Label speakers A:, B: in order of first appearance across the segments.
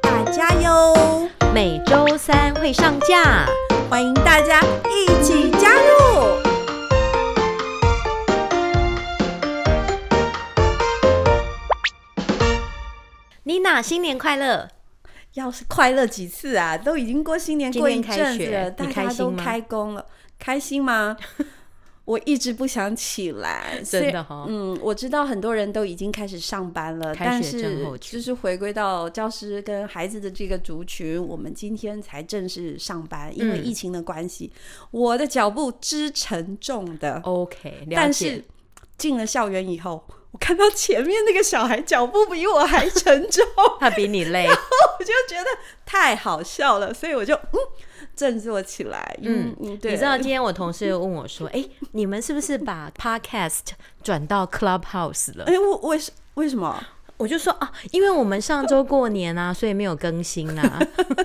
A: 大家哟，
B: 每周三会上架。
A: 欢迎大家一起加入。
B: 妮娜，新年快乐！
A: 要是快乐几次啊？都已经过新年
B: 今
A: 过一
B: 天
A: 阵子了，大家都
B: 开学你开心吗
A: 开工了，开心 吗？我一直不想起来，
B: 真的
A: 虽
B: 哦
A: 嗯，我知道很多人都已经开始上班了，
B: 开
A: 但
B: 学症
A: 是
B: 候群
A: 就是回归到教师跟孩子的这个族群，我们今天才正式上班，因为
B: 嗯
A: 疫情的关系，我的脚步之沉重的。
B: OK，了哦
A: 但
B: 解
A: 是。进了校园以后，我看到前面那个小孩脚步比我还沉重，
B: 他比你 累，
A: 我就觉得太好笑了，所以我就嗯振作起来。嗯嗯，对，
B: 你知道今天我同事问我说：“哎、你们是不是 把 Podcast 转到 Clubhouse 了
A: 哎、我为什为什么？？”
B: 我就说：“啊，因为我们上周过年啊，所以没有更新啊。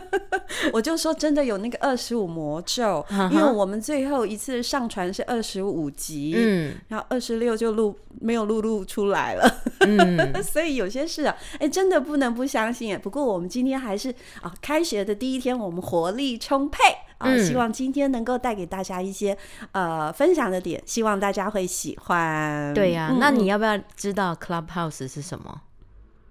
A: 我就说真的有那个二十五魔咒，
B: 嗯
A: 因为我们最后一次上传是二十五集”，
B: 嗯，
A: 然后二十六就录没有录录出来了，嗯、 所以有些事啊，哎，真的不能不相信哎。不过我们今天还是啊，开学的第一天，我们活力充沛啊，
B: 嗯
A: 希望今天能够带给大家一些呃分享的点，希望大家会喜欢。
B: 对呀、
A: 嗯
B: 那你要不要知道 Clubhouse 是什么？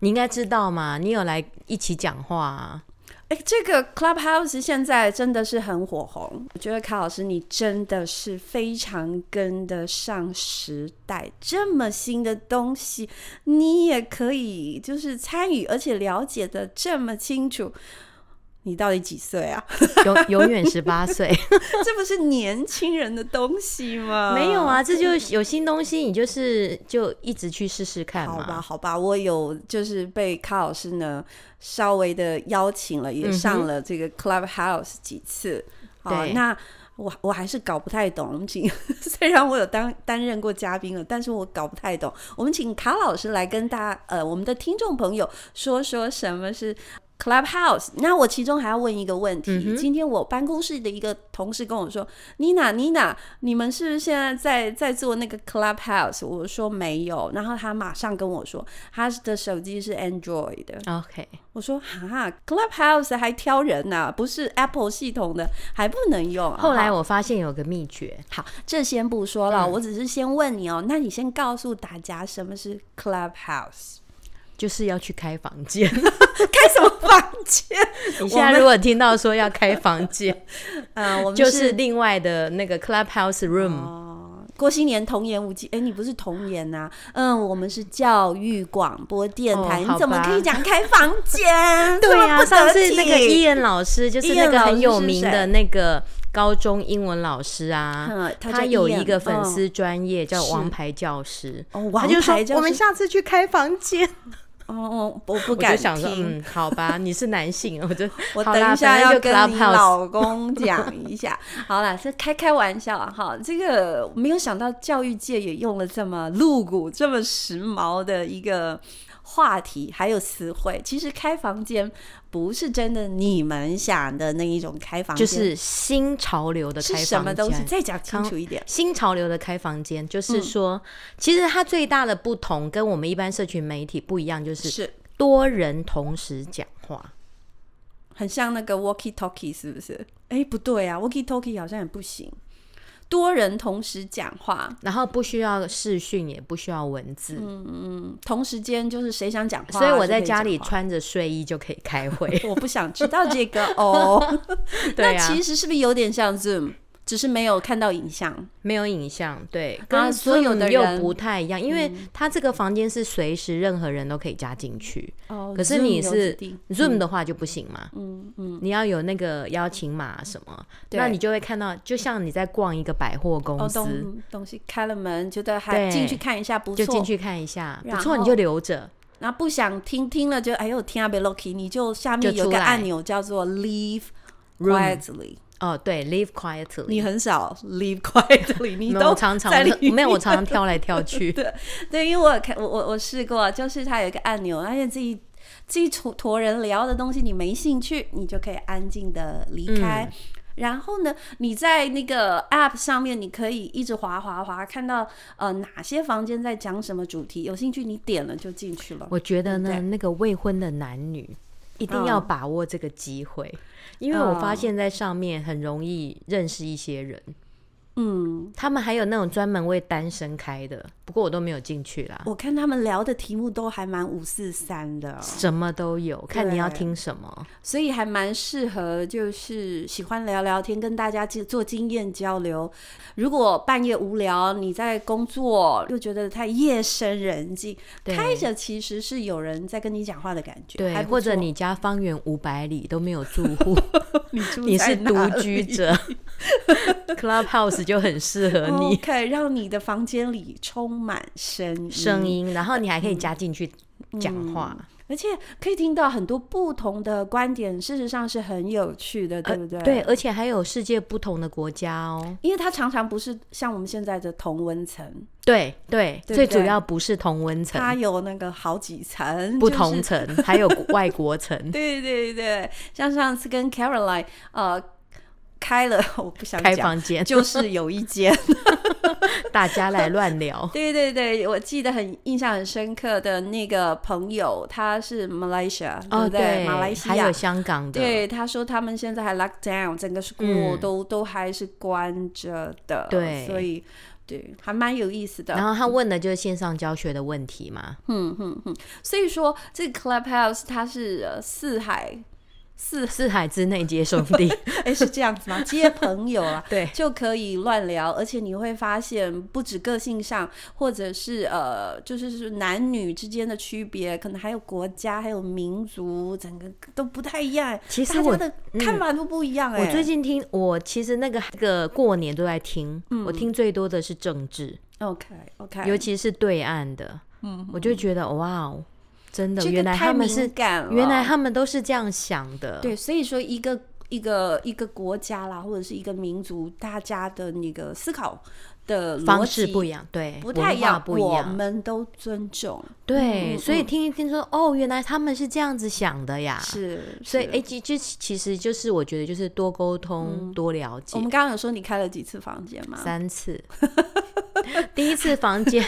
B: 你应该知道嘛，你有来一起讲话啊？
A: 哎，这个 Clubhouse 现在真的是很火红，我觉得卡老师你真的是非常跟得上时代，这么新的东西你也可以就是参与，而且了解的这么清楚。你到底几岁啊？
B: 永永远十八岁？
A: 这不是年轻人的东西吗？
B: 没有，啊，这就是有新东西，你就是就一直去试试看
A: 好吧，
B: 嘛。
A: 好吧，我有就是被卡老师呢稍微的邀请了，也
B: 嗯哼
A: 上了这个 Clubhouse 几次。好，
B: 对
A: 那我我还是搞不太懂。我们请， 虽然我有担担任过嘉宾了，但是我搞不太懂。我们请卡老师来跟大家呃我们的听众朋友说说什么是 Clubhouse。那我其中还要问一个问题，今天我办公室的一个同事跟我说：“Nina Nina，你们是不是现在在在做那个 Clubhouse？” 我说没有，然后他马上跟我说他的手机是 Android 的。
B: OK，
A: 我说哈，Clubhouse 还挑人呐、不是 Apple 系统的还不能用、啊。
B: 后来我发现有个秘诀，
A: 好，这先不说了，我只是先问你哦，那你先告诉大家什么是 Clubhouse？
B: 就是要去开房 间。
A: 开什么房间？
B: 你现在如果听到说要开房间，
A: 呃， 我们
B: 就是另外的那个 Clubhouse Room。
A: 哦，郭新年童言无忌，哎，你不是童言呐、嗯，我们是教育广播电台，
B: 哦
A: 你怎么
B: 好吧
A: 可以讲开房间？
B: 对
A: 呀、
B: 呀、上次那个伊恩老师，就是那
A: Ian
B: 个
A: 老师
B: 很有
A: 是
B: 名
A: 谁
B: 的那个高中英文老师啊，
A: 嗯他叫
B: 他有
A: Ian，
B: 一个粉
A: 嗯
B: 丝专业叫
A: 是
B: 王牌教师，
A: 哦，
B: 他
A: 王
B: 就说
A: 牌教
B: 我们
A: 室
B: 下次去开房间，
A: 哦哦， 我不
B: 我就
A: 敢
B: 想说，
A: 听。
B: 嗯，好吧，你是男性，我就
A: 我
B: 好
A: 等
B: 啦
A: 一下
B: 反正
A: 要
B: 就
A: 跟你
B: Clubhouse
A: 老公讲一下。好啦，这开开玩笑啊哈。这个没有想到教育界也用了这么露骨、这么时髦的一个话题，还有词汇。其实开房间不是真的你们想的那一种开房
B: 就
A: 间，
B: 是新潮流的开
A: 是
B: 房间，
A: 什么东西？再讲清楚一点。
B: 新潮流的开房间，就是说，
A: 嗯
B: 其实它最大的不同跟我们一般社群媒体不一样，就是
A: 是
B: 多人同时讲话。
A: 很像那个 walkie talkie 是不是？哎，不对啊，walkie talkie 好像也不行。多人同时讲话，
B: 然后不需要视讯，也不需要文字，
A: 同时间嗯就是谁想讲话，
B: 所以我
A: 就可
B: 在
A: 以
B: 家里
A: 讲话
B: 穿着睡衣就可以 开会。
A: 我不想知道这个 哦。
B: 对
A: 那
B: 啊，
A: 其实是不是有点像 Zoom，只是没有看到影像？
B: 没有影像，对，
A: 啊
B: 跟
A: 所有
B: Zoom
A: 的人嗯
B: 又不太一样，因为它这个房间是随时任何人都可以加进去。
A: 哦
B: 可是你是 Zoom 的话就不行嘛，
A: 嗯嗯，
B: 你要有那个邀请码什么，
A: 对
B: 那你就会看到，就像你在逛一个百货公
A: 哦
B: 司，
A: 东东西开了门，觉得还
B: 对
A: 进去看一下不
B: 就进
A: 错，
B: 去看一下，不
A: 然
B: 错
A: 后
B: 你就留着。
A: 然后不想听听了就哎呦天啊被 lucky，你就下面
B: 就
A: 有
B: 出
A: 个
B: 来
A: 按钮叫做 Leave
B: room
A: quietly。
B: 哦，对，live quietly。
A: 你很少 leave quietly，你
B: 没有
A: 都
B: 我常常
A: 在里面
B: 没有，我常常跳来跳去。
A: 对，因为我有看我我我试过，就是它有一个按钮，而且自己自己驮驮人聊的东西，你没兴趣，你就可以安静的离开。然后呢，你在那个 App 上面，你可以一直滑滑滑，看到呃哪些房间在讲什么主题，有兴趣你点了就进去了。
B: 我觉得
A: 对嗯
B: 呢，那个未婚的男女一定要把握这个机会，因为我发现在上面很容易认识一些人。
A: 嗯，
B: 他们还有那种专门为单身开的，不过我都没有进去啦。
A: 我看他们聊的题目都还蛮五四三的，
B: 什么都有，看你要听什么。
A: 所以还蛮适合，就是喜欢聊聊天，跟大家去做经验交流。如果半夜无聊，你在工作又觉得太夜深人静，
B: 对
A: 开着其实是有人在跟你讲话的感觉，
B: 对
A: 还，不
B: 或者
A: 错
B: 你家方圆五百里都没有住户，
A: 你住
B: 你
A: 在
B: 是独
A: 哪
B: 居
A: 里。哦
B: 者 ，Clubhouse 就很适合 你
A: OK，让你的房间里充满声音，
B: 声
A: 嗯
B: 音，然后你还可以加进去讲话。
A: 而且可以听到很多不同的观点，事实上是很有趣的，对不对？
B: 呃对，，而且还有世界不同的国家哦。
A: 因为它常常不是像我们现在的同温层，
B: 对对，
A: 对不
B: 最主
A: 对
B: 要不是同温层，
A: 它有那个好几层，
B: 不
A: 就是。
B: 同层，还有外国层
A: 对对对，像上次跟 Caroline 呃开了， 我不想
B: 开
A: 讲，
B: 房间，
A: 就是有一间，
B: 大家来乱聊。
A: 对对对，我记得很印象很深刻的那个朋友，他是 Malaysia，、
B: 哦，
A: 对不
B: 对，
A: 马来西
B: 还有
A: 亚。
B: 香港的，
A: 对，他说他们现在还 lock down，整个 school
B: 嗯
A: 都、都还是关着的，
B: 对
A: 所以对，还蛮有意思的。
B: 然后他问的就是线上教学的问 题嘛，
A: 所以说，这个 Clubhouse 它是呃四海四
B: 四海之内皆兄 弟。
A: 哎，是这样子吗？接朋友啊，
B: 对
A: 就可以乱聊，而且你会发现，不止个性上，或者是呃，就是是男女之间的区别，可能还有国家，还有民族，整个都不太一样。
B: 其实
A: 大家
B: 我嗯
A: 的看法都不一样、哎、
B: 我最近听，我其实那个这个过年都在听，
A: 嗯
B: 我听最多的是政治，
A: OK OK，
B: 尤其是对岸的，嗯，我就觉得哇哦，真的，
A: 这个哦
B: 原来
A: 太
B: 他们
A: 敏
B: 是，
A: 感了，
B: 原来他们都是这样想的，
A: 对，所以说一个。一个一个国家啦，或者是一个民族，大家的那个思考的
B: 方
A: 逻
B: 式
A: 辑
B: 不一样，对，
A: 不太一
B: 文化
A: 样，
B: 不一
A: 我
B: 样，
A: 们都尊重，
B: 对，
A: 嗯
B: 所以听一听说，哦，原来他们是这样子想的
A: 啊
B: 呀，
A: 是，
B: 所以
A: 是
B: 哎，其就其实就是我觉得就是多沟通，多了解
A: 嗯我，们刚刚有说你开了几次房间吗？
B: 三次。第一次房间，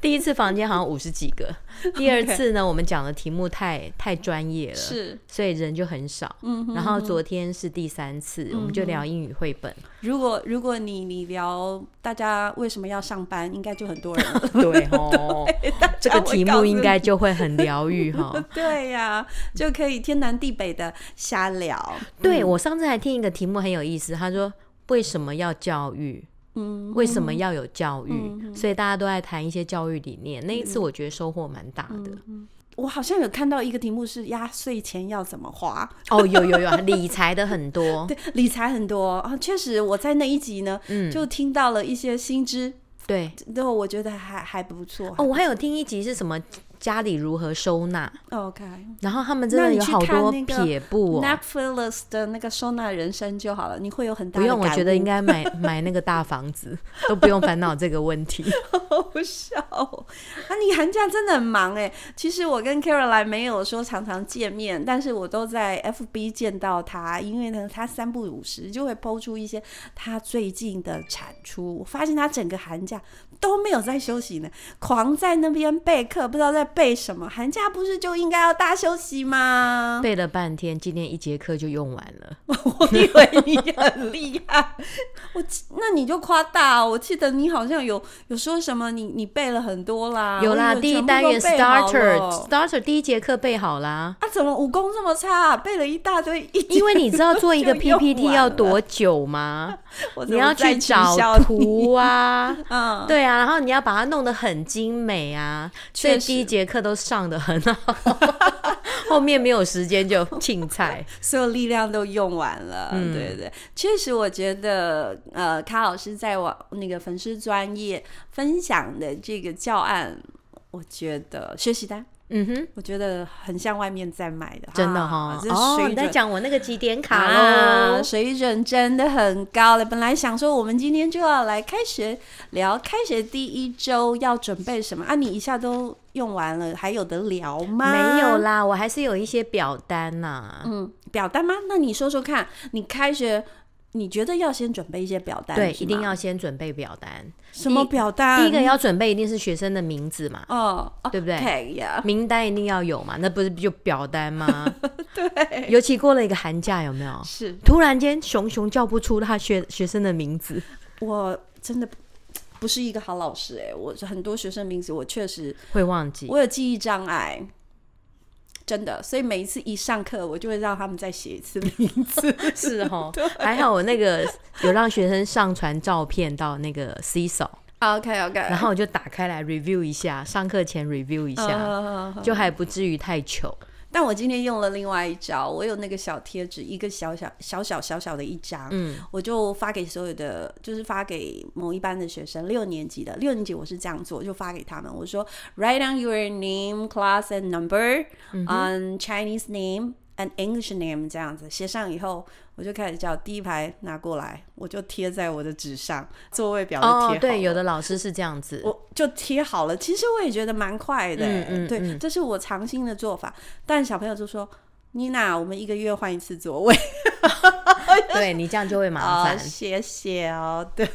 B: 第一次房间好像五十几个。第二次呢，我们讲的题目太太专业了，
A: 是，嗯
B: 所以人就很少。然后昨天是第三次，我们就聊英语绘 本。
A: 如果如果你你聊大家为什么要上班，应该就很多人 了。
B: 对哦， 这个题目应该就会很疗愈哈。
A: 对呀、就可以天南地北的瞎聊。
B: 对我上次还听一个题目很有意思，他说为什么要教育？嗯，为什么要有教育？
A: 嗯
B: 所以大家都在谈一些教育理念。那一次我觉得收获蛮大的。
A: 嗯我好像有看到一个题目是压岁钱要怎么花，
B: 哦，有有有， 理财的很多。
A: 对，理财很多啊。确实，我在那一集呢，就听到了一些新知，
B: 嗯对，
A: 然后我觉得还还不错。
B: 哦，我还有听一集是什么家里如何收纳，
A: ，OK。
B: 然后他们真
A: 那
B: 的
A: 你
B: 有
A: 去
B: 好
A: 看
B: 多
A: 那个
B: 撇步哦。
A: Netflix 的那个收纳人生就好了，你会有很大
B: 不
A: 的
B: 用，我
A: 感
B: 觉得
A: 悟
B: 应该买买那个大房子，都不用烦恼这个 问题。
A: 好笑哦啊！你寒假真的很忙哎。其实我跟 Caroline 没有说常常见面，但是我都在 FB 见到她，因为呢，她三不五时就会抛出一些她最近的产出。我发现她整个寒假都没有在休息呢，狂在那边备课，不知道在备什么。寒假不是就应该要大休息吗？
B: 背了半天，今天一节课就用完了。
A: 我以为你很厉害，我记那你就夸大哦。我记得你好像有有说什么你，你背了很多啦，
B: 有啦，
A: 我以为
B: 第一
A: 啊哎全部
B: 单
A: 都
B: 元
A: 背好了
B: starter，starter 第一节课背好啦。
A: 啊，怎么武功这么差、背了一大堆， 一
B: 因为你知道做一个
A: 就用完
B: PPT 要
A: 了
B: 多 久吗？
A: 我
B: 你要去找
A: 图，
B: 图啊，
A: 嗯，
B: 对啊，然后你要把它弄得很精美啊，所以
A: 确实
B: 第一节课都上的很好， 后面没有时间就庆菜。
A: 所有力量都用完了，
B: 嗯
A: 对对，确实我觉得，呃，卡老师在网那个粉丝专业分享的这个教案，我觉得学习单
B: 嗯哼，
A: 我觉得很像外面在卖的，
B: 真的
A: 啊
B: 哈、
A: 这
B: 哦，
A: 水
B: 你在
A: 准
B: 讲我那个几点卡喽、
A: 啊，水准真的很高了。本来想说我们今天就要来开学聊开学第一周要准备什么啊，你一下都用完了，还有得聊吗？
B: 没有啦，我还是有一些表单呐、
A: 嗯，表单吗？那你说说看，你开学你觉得要先准备一些表单，
B: 对，
A: 是
B: 一
A: 吗啊
B: 定要先准备表单。
A: 什么表单？
B: 第一个要准备一定是学生的名字嘛，
A: 哦，
B: 对不对
A: 对呀，
B: 名单一定要有嘛，那不是就表 单吗？对，尤其过了一个寒假，有没有？
A: 是
B: 突然间，熊熊叫不出他学学生的名字，
A: 我真的不是一个好老师哎、我很多学生名字我确实
B: 会忘记。
A: 我有记忆障碍。真的，所以每一次一上课，我就会让他们再写一次 名字。
B: 是哦， 还好我那个 有让学生上传照片到那个 C 手，
A: OK OK，
B: 然后我就打开来 review 一下，上课前 review
A: 啊
B: 一下，就还不至于太糗。
A: 但我今天用了另外一招，我有那个小贴纸，一个小小小小小小的一张，嗯，我就发给所有的，就是发给某一班的学生，六年级的，六年级我是这样做，我就发给他们，我说 write down your name, class and number
B: 嗯
A: on Chinese name and English name 这样子，写上以后，我就开始叫第一排拿过来，我就贴在我的纸上，座位表就贴好
B: 哦
A: 了，
B: 对，有的老师是这样子，
A: 我就贴好了。其实我也觉得蛮快的、欸
B: 嗯嗯
A: 对，这是我常新的做法。但小朋友就说：“妮娜，我们一个月换一次座位。
B: 对你这样就会” 麻
A: 啊，
B: 烦。
A: 谢谢哦。对，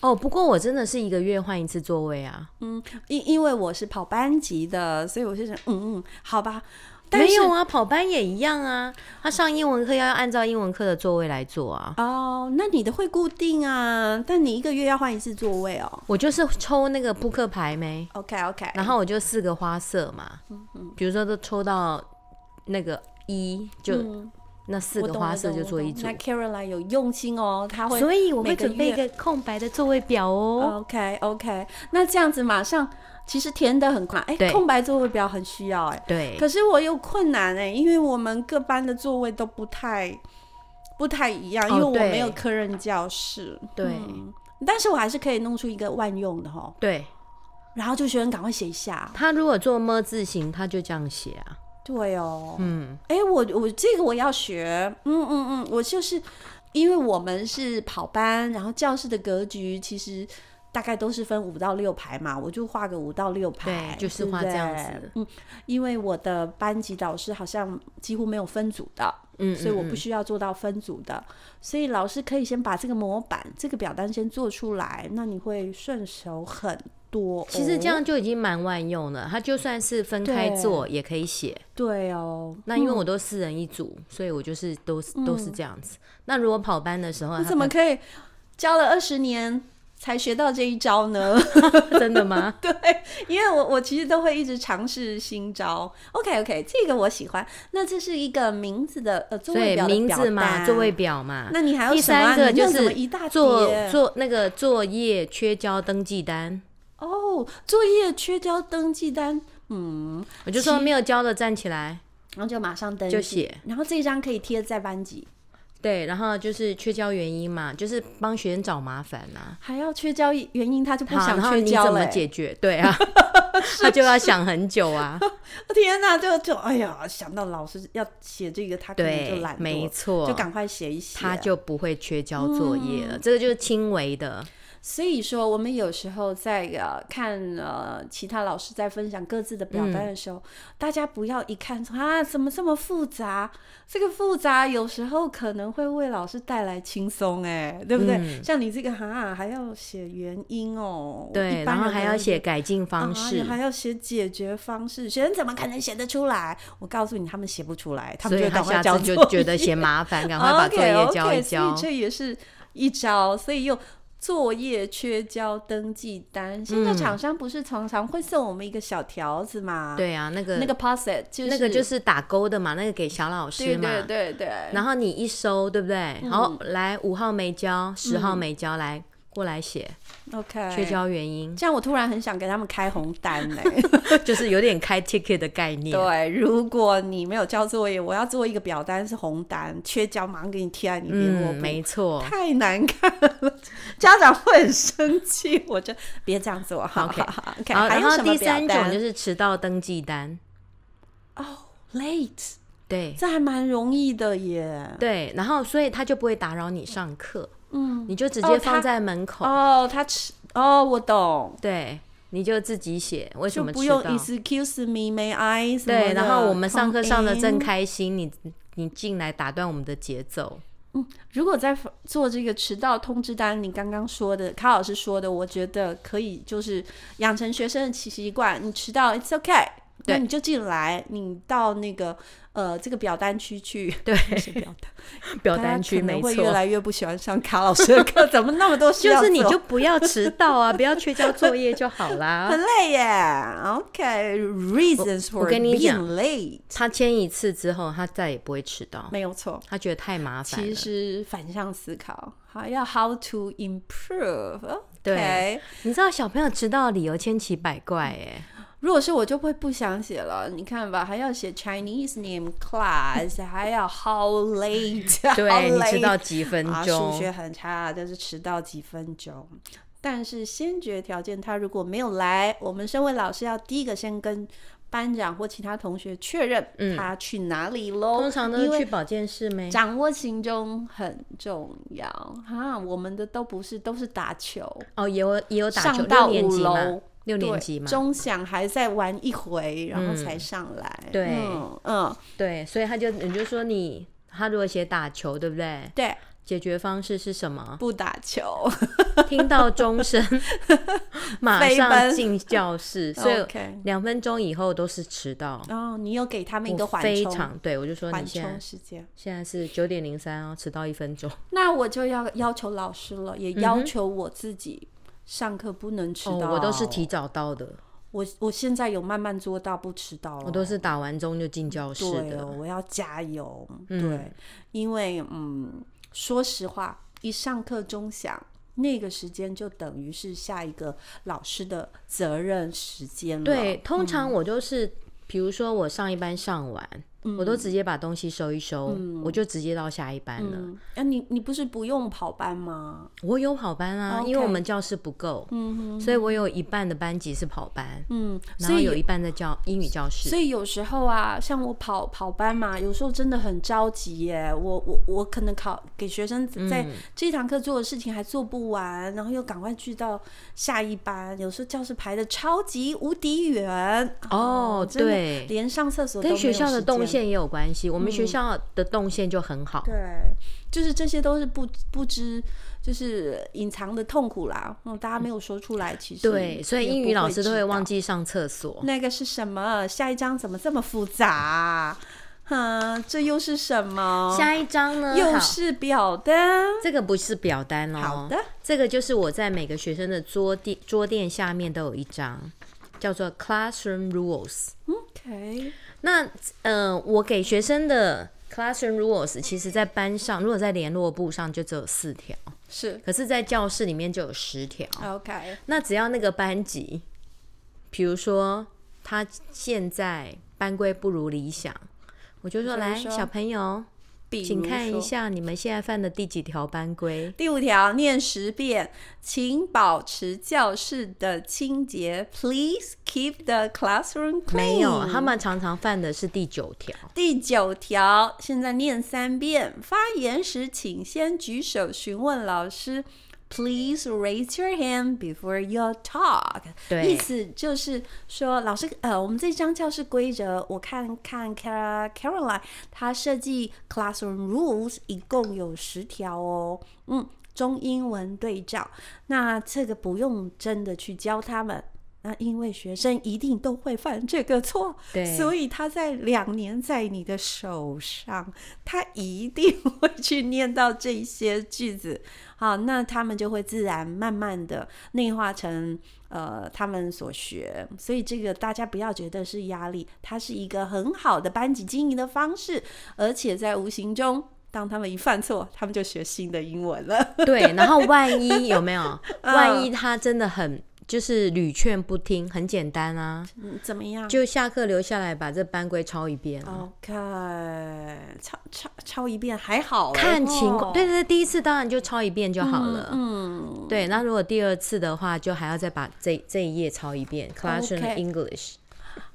B: 哦，不过我真的是一个月换一次座位啊，
A: 因因为我是跑班级的，所以我就想，嗯嗯，好吧。但
B: 没
A: 是
B: 有啊，跑班也一样啊，他上英文课要按照英文课的座位来坐啊。
A: 哦，那你的会固定啊，但你一个月要换一次座位哦。
B: 我就是抽那个扑克牌没，
A: OK OK，
B: 然后我就四个花色嘛，比如说都抽到那个一，就
A: 嗯
B: 那四
A: 我
B: 个
A: 懂
B: 花
A: 我
B: 色
A: 懂
B: 就
A: 我
B: 做一
A: 懂
B: 组
A: 那，Caroline 有用心哦，她会
B: 所以我会
A: 每个
B: 准备一个空白的座位表哦。
A: OK OK，那这样子马上其实填的很快，哎、
B: 对
A: 空白座位表很需要哎、
B: 对，
A: 可是我有困难哎、因为我们各班的座位都不太不太一样，因
B: 哦
A: 为我
B: 对
A: 没有科任教室。
B: 对
A: 嗯但是我还是可以弄出一个万用的哈，
B: 对
A: 然后就学生赶快写一下。
B: 他如果做么字形，他就这样写啊。
A: 对哦，
B: 嗯，
A: 哎、我我这个我要学，嗯嗯嗯，我就是因为我们是跑班，然后教室的格局其实大概都是分五到六排嘛，我就画个五到六排，
B: 对就是
A: 对不
B: 画这样
A: 对
B: 子。
A: 嗯，因为我的班级导师好像几乎没有分组的，
B: 嗯，
A: 所以我
B: 嗯
A: 不需要做到分组的，所以老师可以先把这个模板、这个表单先做出来，那你会顺手很多哦、
B: 其实这样就已经蛮万用了，他就算是分开
A: 对
B: 做也可以写。
A: 对哦，
B: 那因为我都四人一组，所以我就是都是都是这样子。那如果跑班的时候，
A: 你嗯
B: 他
A: 怎么可以教了二十年才学到这一招呢？
B: 真的吗？
A: 因为我我其实都会一直尝试新招。OK OK，这个我喜欢。那这是一个名字的呃 座
B: 所
A: 位
B: 以
A: 表的
B: 名
A: 表
B: 字嘛，
A: 单
B: 座位。表嘛。
A: 那你还有
B: 第
A: 什么啊
B: 三个
A: 你没有
B: 就是
A: 什么一大
B: 作
A: 叠
B: 作那个作业缺交登记单，
A: 哦，作业缺交登记单，嗯，
B: 我就说没有交的站起来。
A: 然后就马上登记，
B: 就写
A: 然后这一张可以贴在班级，
B: 对，然后就是缺交原因嘛，就是帮学生找麻烦呐、
A: 还要缺交原因，他就不
B: 好，
A: 想
B: 然后
A: 缺
B: 你
A: 交
B: 怎
A: 了、
B: 么
A: 欸。
B: 解决？对 啊，他就要想很久啊。
A: 天哪，就就哎呀，想到老师要写这个，他可能就
B: 对
A: 懒，
B: 没
A: 惰，
B: 错，
A: 就赶快写一写。啊嗯
B: 他就不会缺交作业了。这个就是轻微的，
A: 所以说，我们有时候在呃看呃其他老师在分享各自的表
B: 嗯
A: 单的时候，大家不要一看说啊怎么这么复杂，这个复杂有时候可能会为老师带来轻松，哎，对不对？
B: 嗯
A: 像你这个哈、啊、还要写原因哦，
B: 对，
A: 一般
B: 然后
A: 人
B: 还
A: 可
B: 要
A: 能
B: 写改进方
A: 啊
B: 式，
A: 还要写解决方式，学生怎么可能写得出来？我告诉你，他们写不出来，他
B: 所
A: 们就
B: 以他
A: 赶快
B: 下
A: 交
B: 次
A: 作
B: 就
A: 业
B: 觉 得嫌麻烦，赶快把作业交一
A: o k o k
B: 交。
A: 所以这也是一招，所以用作业缺交登记单。现
B: 嗯
A: 在厂商不是常常会送我们一个小条子嘛？、
B: 对啊，那个
A: 那个 post 就是
B: 那个就是是打勾的嘛，那个给小老师
A: 对
B: 嘛。
A: 对嗯对对。嗯
B: 然后你一收，对不对？好，来五号没交，十号没交，来过来写
A: ，OK，
B: 缺交 原因，
A: 这样我突然很想给他们开红单 呢、
B: 就是有点开 ticket 的概念。
A: 对，如果你没有交作业，我要做一个表单是红单，缺交马上给你贴在你联络
B: 嗯，
A: 簿
B: 没 错。
A: 太难看了，家长会很生气。我就别这样做哈。
B: OK
A: 哈 OK，
B: 好，
A: 还
B: 然
A: 有
B: 后
A: 什么
B: 第三
A: 表
B: 种
A: 单
B: 就是迟到登记单，
A: 哦，late，
B: 对
A: 这还蛮容易的耶。
B: 对，然后所以他就不会打扰你上课，
A: 嗯，
B: 你就直
A: 哦
B: 接
A: 他
B: 放在门口，
A: 哦，他吃哦，我懂，
B: 对，你就自己写为什
A: 就
B: 么
A: 不
B: 迟
A: 用
B: 到。
A: excuse me, may I 什么
B: 对，
A: 的
B: 然后我们上课上的
A: come
B: 正
A: in
B: 开心，你你进来打断我们的节奏，
A: 如果在做这个迟到通知单，你刚刚说的，卡老师说的，我觉得可以，就是养成学生的习惯，你迟到 it's okay，那
B: 对
A: 你就进来，你到那个呃这个表单区去，
B: 对，
A: 不是表单， 表
B: 表单区没
A: 会越
B: 错，
A: 来越不喜欢上卡老师的课，怎么那么多事
B: 就
A: 要做？
B: 是你就不要迟到啊， 不要缺交作业就好啦
A: 很。累耶，OK，reasons、
B: 我
A: for
B: 跟你讲
A: being late，
B: 他签一次之后，他再也不会迟到，
A: 没有错。
B: 他觉得太麻烦
A: 其
B: 了。
A: 实反向思考，好要 how to improve，
B: 对
A: OK
B: 你知道小朋友迟到的理由千奇百怪 哎、
A: 如果是我就不会不想写了，你看吧，还要写 Chinese name class，还 要 how late，
B: 对
A: how
B: 你
A: late
B: 迟到几分
A: 啊，数
B: 钟，
A: 学很差，但是迟到几分钟。但是先决条件，他如果没有来，我们身为老师要第一个先跟班长或其他同学确认他去哪里喽。
B: 嗯通常都
A: 因
B: 是
A: 为
B: 去保健室没？
A: 掌握行踪很重要哈，我们的都不是，都是打球，
B: 哦，也有也有打球，
A: 上到
B: 六年
A: 五
B: 级嘛
A: 楼，，
B: 六
A: 对
B: 年级嘛，嗯
A: 钟响还在玩一回，然后才上来。
B: 对
A: 嗯，嗯
B: 对，所以他就你就说你他如果写打球，对不对？
A: 对，
B: 解决方式是什么？
A: 不打 球。
B: 听到钟 声，马
A: 飞
B: 上
A: 奔
B: 进教 室，所以
A: OK
B: 两分钟以后都是迟到。
A: 哦，你有给他们一个
B: 我
A: 缓
B: 非
A: 冲，
B: 常对我就说
A: 缓
B: 你现
A: 冲
B: 在
A: 时间。
B: 现在是九点零三哦，迟到一分钟。
A: 那我就要要求老师
B: 嗯
A: 了，也要求我自己。上课不能迟
B: 哦，
A: 到、哦
B: 我都是提，早到的，
A: 我我现在有慢慢做到不迟到了。
B: 我都是打完钟就进教室
A: 对
B: 的。嗯
A: 哦，我要加油。对，因为嗯，说实话，一上课钟响，那个时间就等于是下一个老师的责任时间了。
B: 对，通常我就是，比如说我上一班上完，
A: 嗯
B: 我都直接把东西收一收，我就直接到下一班了。
A: 嗯，啊，你你不是不用跑班吗？
B: 我有跑班啊，
A: 哦 OK
B: 因为我们教室不够，所以我有一半的班级是跑班，
A: 嗯，
B: 然
A: 所
B: 后
A: 以
B: 有一半在教英语教室。
A: 所以有时候啊，像我跑跑班嘛，有时候真的很着急耶。我我我可能考给学生在
B: 嗯
A: 这堂课做的事情还做不完，然后又赶快去到下一班。有时候教室排的超级无敌远
B: 哦
A: 真的
B: 对
A: 连上厕所都
B: 跟
A: 没有
B: 学校的
A: 时间嗯
B: 动线也有关系，我们学校的动线就很好。
A: 对，就是这些都是不不知就是隐藏的痛苦啦。嗯，大家没有说出来，其实
B: 对，所以英语老师都会忘
A: 记。
B: 记上厕所。
A: 那个是什么？下一章怎么这么复杂、啊？哼，这又是什么？
B: 下一章呢？
A: 又
B: 好
A: 是表单。
B: 这个不是表单哦，
A: 好的，
B: 这个就是我在每个学生的桌垫桌垫下面都有一张，叫做 Classroom Rules。
A: 嗯 OK，
B: 那呃，我给学生的 classroom rules，其实在班上，如果在联络簿上就只有四条，
A: 是
B: 可是，在教室里面就有十条。
A: OK，
B: 那只要那个班级，比如说他现在班规不如理想，我就说
A: 比如
B: 来，
A: 说
B: 小朋友，
A: 比
B: 请
A: 如
B: 看一
A: 说
B: 下你们现在犯的第几条班规。
A: 第五条，念十遍，请保持教室的清洁。Please keep the classroom clean。
B: 没有，他们常常犯的是第九条。
A: 第九条，现在念三遍。发言时，请先举手询问老师。Please raise your hand before your talk。
B: 对
A: 意思就是说，老师，呃，我们这张教室规则，我看看 Cara- Caroline，她设计 classroom rules 一共有十条哦。嗯，中英文对照，那这个不用真的去教他们。那因为学生一定都会犯这个错，
B: 对
A: 所以他在两年在你的手上，他一定会去念到这些句子。好， 那他们就会自然慢慢的内化成呃他们所学，所以这个大家不要觉得是压力，它是一个很好的班级经营的方式，而且在无形中当他们一犯错，他们就学新的英文了。
B: 对，然后万一有没 有？
A: 嗯
B: 万一他真的很就是屡劝不听，很简单啊，
A: 嗯怎么样
B: 就下课留下来把这班规抄一遍啊。
A: ？OK，抄抄抄一遍还好欸、
B: 看情
A: 哦
B: 况，对对，对第一次当然就抄一遍就好了。
A: 嗯，
B: 对，那如果第二次的话，就还要再把这这一页抄一遍
A: 哦 OK
B: Classroom English。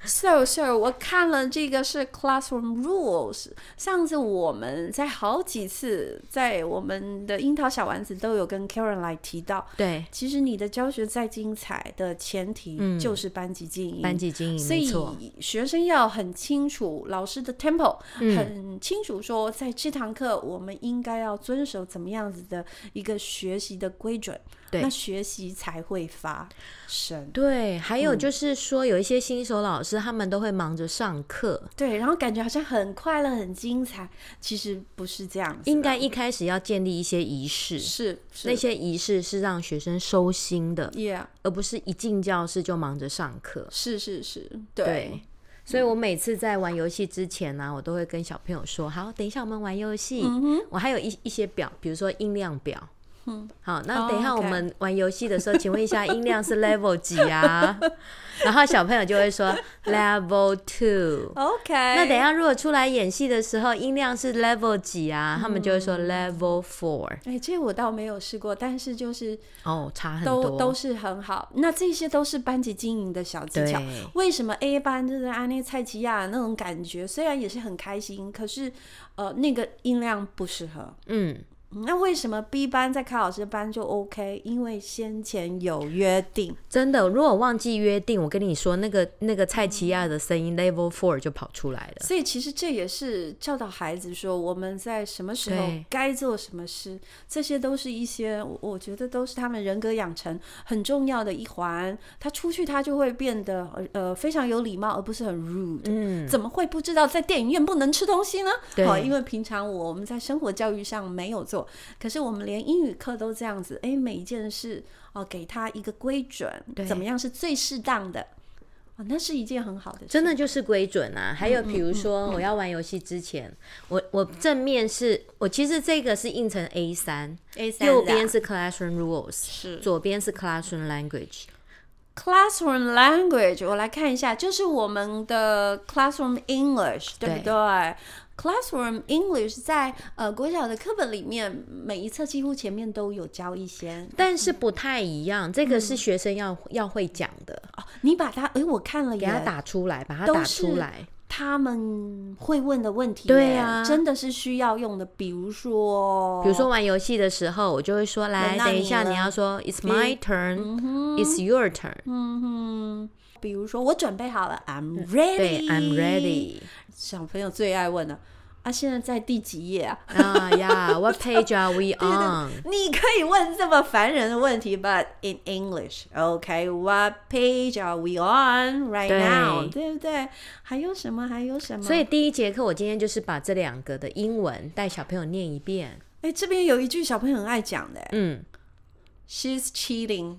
A: So so，我看了这个是 Classroom Rules。上次我们在好几次在我们的樱桃小丸子都有跟 Karen 来提到，
B: 对，
A: 其实你的教学再精彩的前提就是班级经营。
B: 嗯班级经营
A: 所
B: 没错。
A: 以学生要很清楚老师的 tempo，、很
B: 嗯
A: 清楚说在这堂课我们应该要遵守怎么样子的一个学习的规准，
B: 对
A: 那学习才会发生。
B: 对，还
A: 嗯
B: 有就是说，有一些新手老师他们都会忙着上课，
A: 对，然后感觉好像很快乐、很精彩，其实不是这样子，
B: 应该一开始要建立一些仪式，
A: 是是
B: 那些仪式是让学生收心的，
A: ，Yeah，
B: 而不是一进教室就忙着上课。
A: 是是是，
B: 对，所以我每次在玩游戏之前呢、我都会跟小朋友说：“好，等一下我们玩游戏。我还有一一些表，比如说音量表。嗯，好，那等一下
A: 哦
B: 我
A: ，OK
B: 们玩游戏的时候，请问一下音量是 level 几 啊？然后小朋友就会说 level two。
A: o k
B: 那
A: 那
B: 等一下如果出来演戏的时候，音量是 level 几啊？他们就会说 level four。
A: 哎，这我倒没有试过，但是就是
B: 哦，差很
A: 都
B: 多，
A: 都是很好。那这些都是班级经营的小技巧
B: 对。
A: 为什么 A 班就是安内蔡奇亚那种感觉，虽然也是很开心，可是呃那个音量不适合。
B: 嗯。
A: 那为什么 B 班在卡老师班就 OK？因为先前有约定。
B: 真的，如果忘记约定，我跟你说，那个那个蔡奇亚的声音 level four 就跑出来了。
A: 所以其实这也是教导孩子说我们在什么时候
B: 对
A: 该做什么事，这些都是一些我我觉得都是他们人格养成很重要的一环。他出去他就会变得呃呃非常有礼貌，而不是很 rude。
B: 嗯，
A: 怎么会不知道在电影院不能吃东西呢？
B: 对
A: 好，因为平常我们在生活教育上没有做，可是我们连英语课都这样子，哎，每一件事哦，给他一个规准
B: 对，
A: 怎么样是最适当的，哦，那是一件很好的事，
B: 真的就是归准
A: 嗯
B: 啊。还有比如说，我要玩游戏之前，我我正面是我其实这个是印成 A 三，
A: A 三
B: 右边是 Classroom Rules，
A: 是
B: 左边是 Classroom Language。
A: classroom language，我来看一下，就是我们的 classroom English，对不对
B: 对
A: c l a s s r o o m English 在呃国小的课本里面，每一册几乎前面都有教一些。
B: 但是不太一样，这个是学生要要会讲的，
A: 嗯哦，你把它，诶，我看了
B: 给他
A: 耶，
B: 打出来，把它
A: 都
B: 打
A: 是
B: 出来。
A: 他们会问的问题耶，
B: 对啊
A: 真的是需要用的，比如说，
B: 比如说玩游戏的时候，我就会说：“来，
A: 到
B: 等一
A: 你
B: 下，
A: 了嗯
B: 你要说 ‘It's my turn, it's your turn’。
A: 比如说我准备好了，I'm
B: 对
A: ready，
B: ，I'm ready。
A: 小朋友最爱问了，啊，现在在第几页啊？
B: 啊呀，What page are we on？
A: 你可以问这么烦人的问题，but in English, OK? What page are we on right
B: 对
A: now？对不对？还有什么？还有什么？
B: 所以第一节课，我今天就是把这两个的英文带小朋友念一遍。
A: 哎，这边有一句小朋友很爱讲的
B: 嗯，
A: ，She's cheating。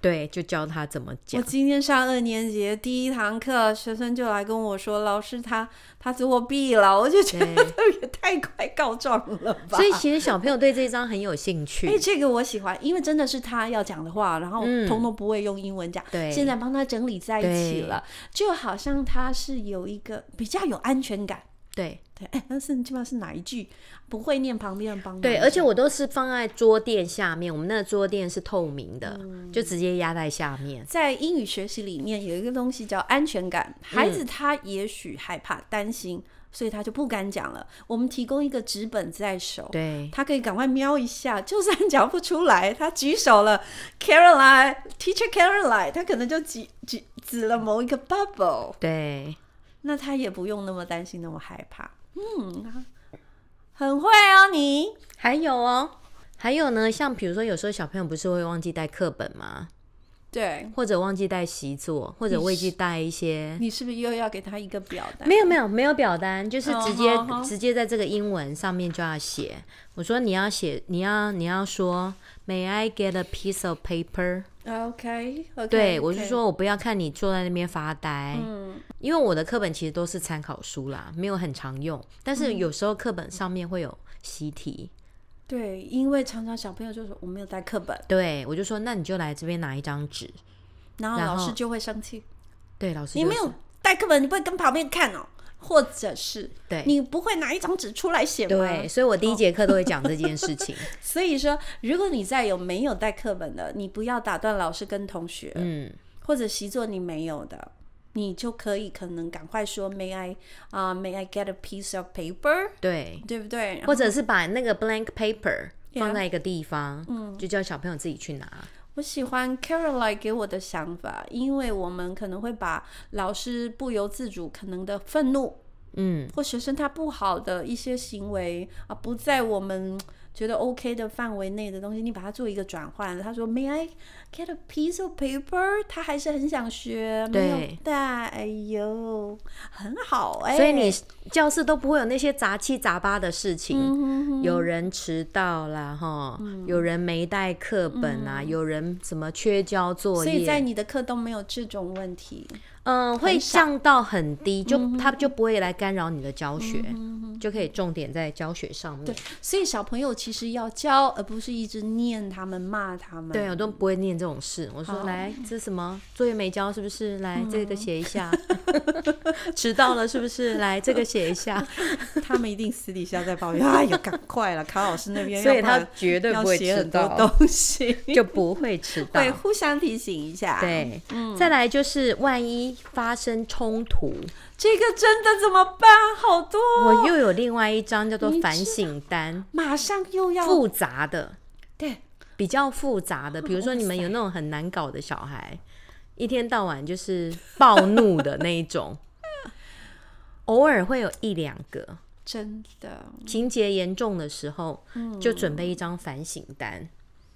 B: 对，就教他怎么
A: 我
B: 讲。
A: 今天上二年级第一堂课，学生就来跟我说，老师他他作弊了，我就觉得也太快告状了吧。
B: 所以其实小朋友对这一章很有兴
A: 哎、
B: 趣。
A: 这个我喜欢，因为真的是他要讲的话，然后
B: 嗯
A: 通通不会用英文讲。
B: 对
A: 现在帮他整理在一起了，就好像他是有一个比较有安全感。
B: 对
A: 对，哎、但是你基本上是哪一句不会念，旁边人帮忙
B: 对，而且我都是放在桌垫下面，我们那个桌垫是透明的，就直接压在下面。
A: 在英语学习里面有一个东西叫安全感，孩
B: 嗯
A: 子他也许害怕、担心，所以他就不敢讲了。我们提供一个纸本在手，
B: 对，
A: 他可以赶快瞄一下， 就算讲不出来，他举手了，Caroline，Teacher Caroline，他可能就举举指了某一个 bubble，
B: 对，
A: 那他也不用那么担心，那么害怕。嗯，很会哦你。
B: 还有哦，还有呢，像比如说，有时候小朋友不是会忘记带课本吗？
A: 对，
B: 或者忘记带习作，或者
A: 你
B: 忘
A: 是
B: 记带一些。
A: 你是不是又要给他一个表达？
B: 没有没有没有表单，就是
A: 哦
B: 直接、
A: 好好
B: 直接在这个英文上面就要写。我说你要写，你要你要说，May I get a piece of paper？
A: OK OK，
B: 对我是，说我不要看你坐在那边发呆，
A: 嗯
B: 因为我的课本其实都是参考书啦，没有很常用，但是
A: 嗯
B: 有时候课本上面会有习题。
A: 对，因为常常小朋友就说我没有带课本，
B: 对，我就说那你就来这边拿一张纸。
A: 然后
B: 然
A: 老
B: 后
A: 师就会生气，
B: 对，老师
A: 你
B: 就
A: 没
B: 说
A: 有带课本，你不会跟旁边看哦，或者是
B: 对
A: 你不会拿一张纸出来写吗？
B: 对，所以我第一节课都会讲这件事 情。
A: 所以说，如果你在有没有带课本的，你不要打断老师跟同学，
B: 嗯，
A: 或者习作你没有的，你就可以可能赶快说 May I 啊、m a y I get a piece of paper，
B: 对，
A: 对不对？
B: 或者是把那个 blank paper 放在一个地方，
A: 嗯
B: 就叫小朋友自己去拿。
A: 我喜欢 Caroline 给我的想法，因为我们可能会把老师不由自主可能的愤怒，
B: 嗯，
A: 或学生他不好的一些行为啊，不在我们觉得 OK 的范围内的东西，你把它做一个转换。他说，May I get a piece of paper？他还是很想学，没有
B: 对
A: 带，哎呦，很好哎、
B: 所以你教室都不会有那些杂七杂八的事情，
A: 嗯
B: 有人迟到啦，哈、有人没带课本啊，有人什么缺交作
A: 嗯所以在
B: 业，
A: 你的课都没有这种问题。
B: 嗯，会降到很低，就、
A: 嗯
B: 他就不会来干扰你的教学，就可以重点在教学上面。
A: 所以小朋友其实要教，而不是一直念他们、骂他们。
B: 对，我都不会念这种事。我说来，这什么作业没交是不是？来，这
A: 嗯
B: 个写一下。 迟到了是不是？来，这个写一下。
A: 他们一定私底下在抱 怨，哎呦，赶快了，卡老师那边，
B: 所以
A: 要不
B: 他
A: 然
B: 绝对
A: 要
B: 不会
A: 写
B: 迟
A: 很多
B: 到
A: 东西，
B: 就不会迟到
A: 会。嗯互相提醒一下。。
B: 对，再来就是万一发生冲突，
A: 这个真的怎么办？好多哦、
B: 我又有另外一张叫做
A: 你
B: 反
A: 知道
B: 省单，
A: 马上又要
B: 复杂的，
A: 对
B: 比较复杂的，比如说
A: 哇
B: 你们有那种很难搞的小孩，一天到晚就是暴怒的那一种， 偶尔会有一两个。
A: 真的，
B: 情节严重的时候，
A: 嗯
B: 就准备一张反省单。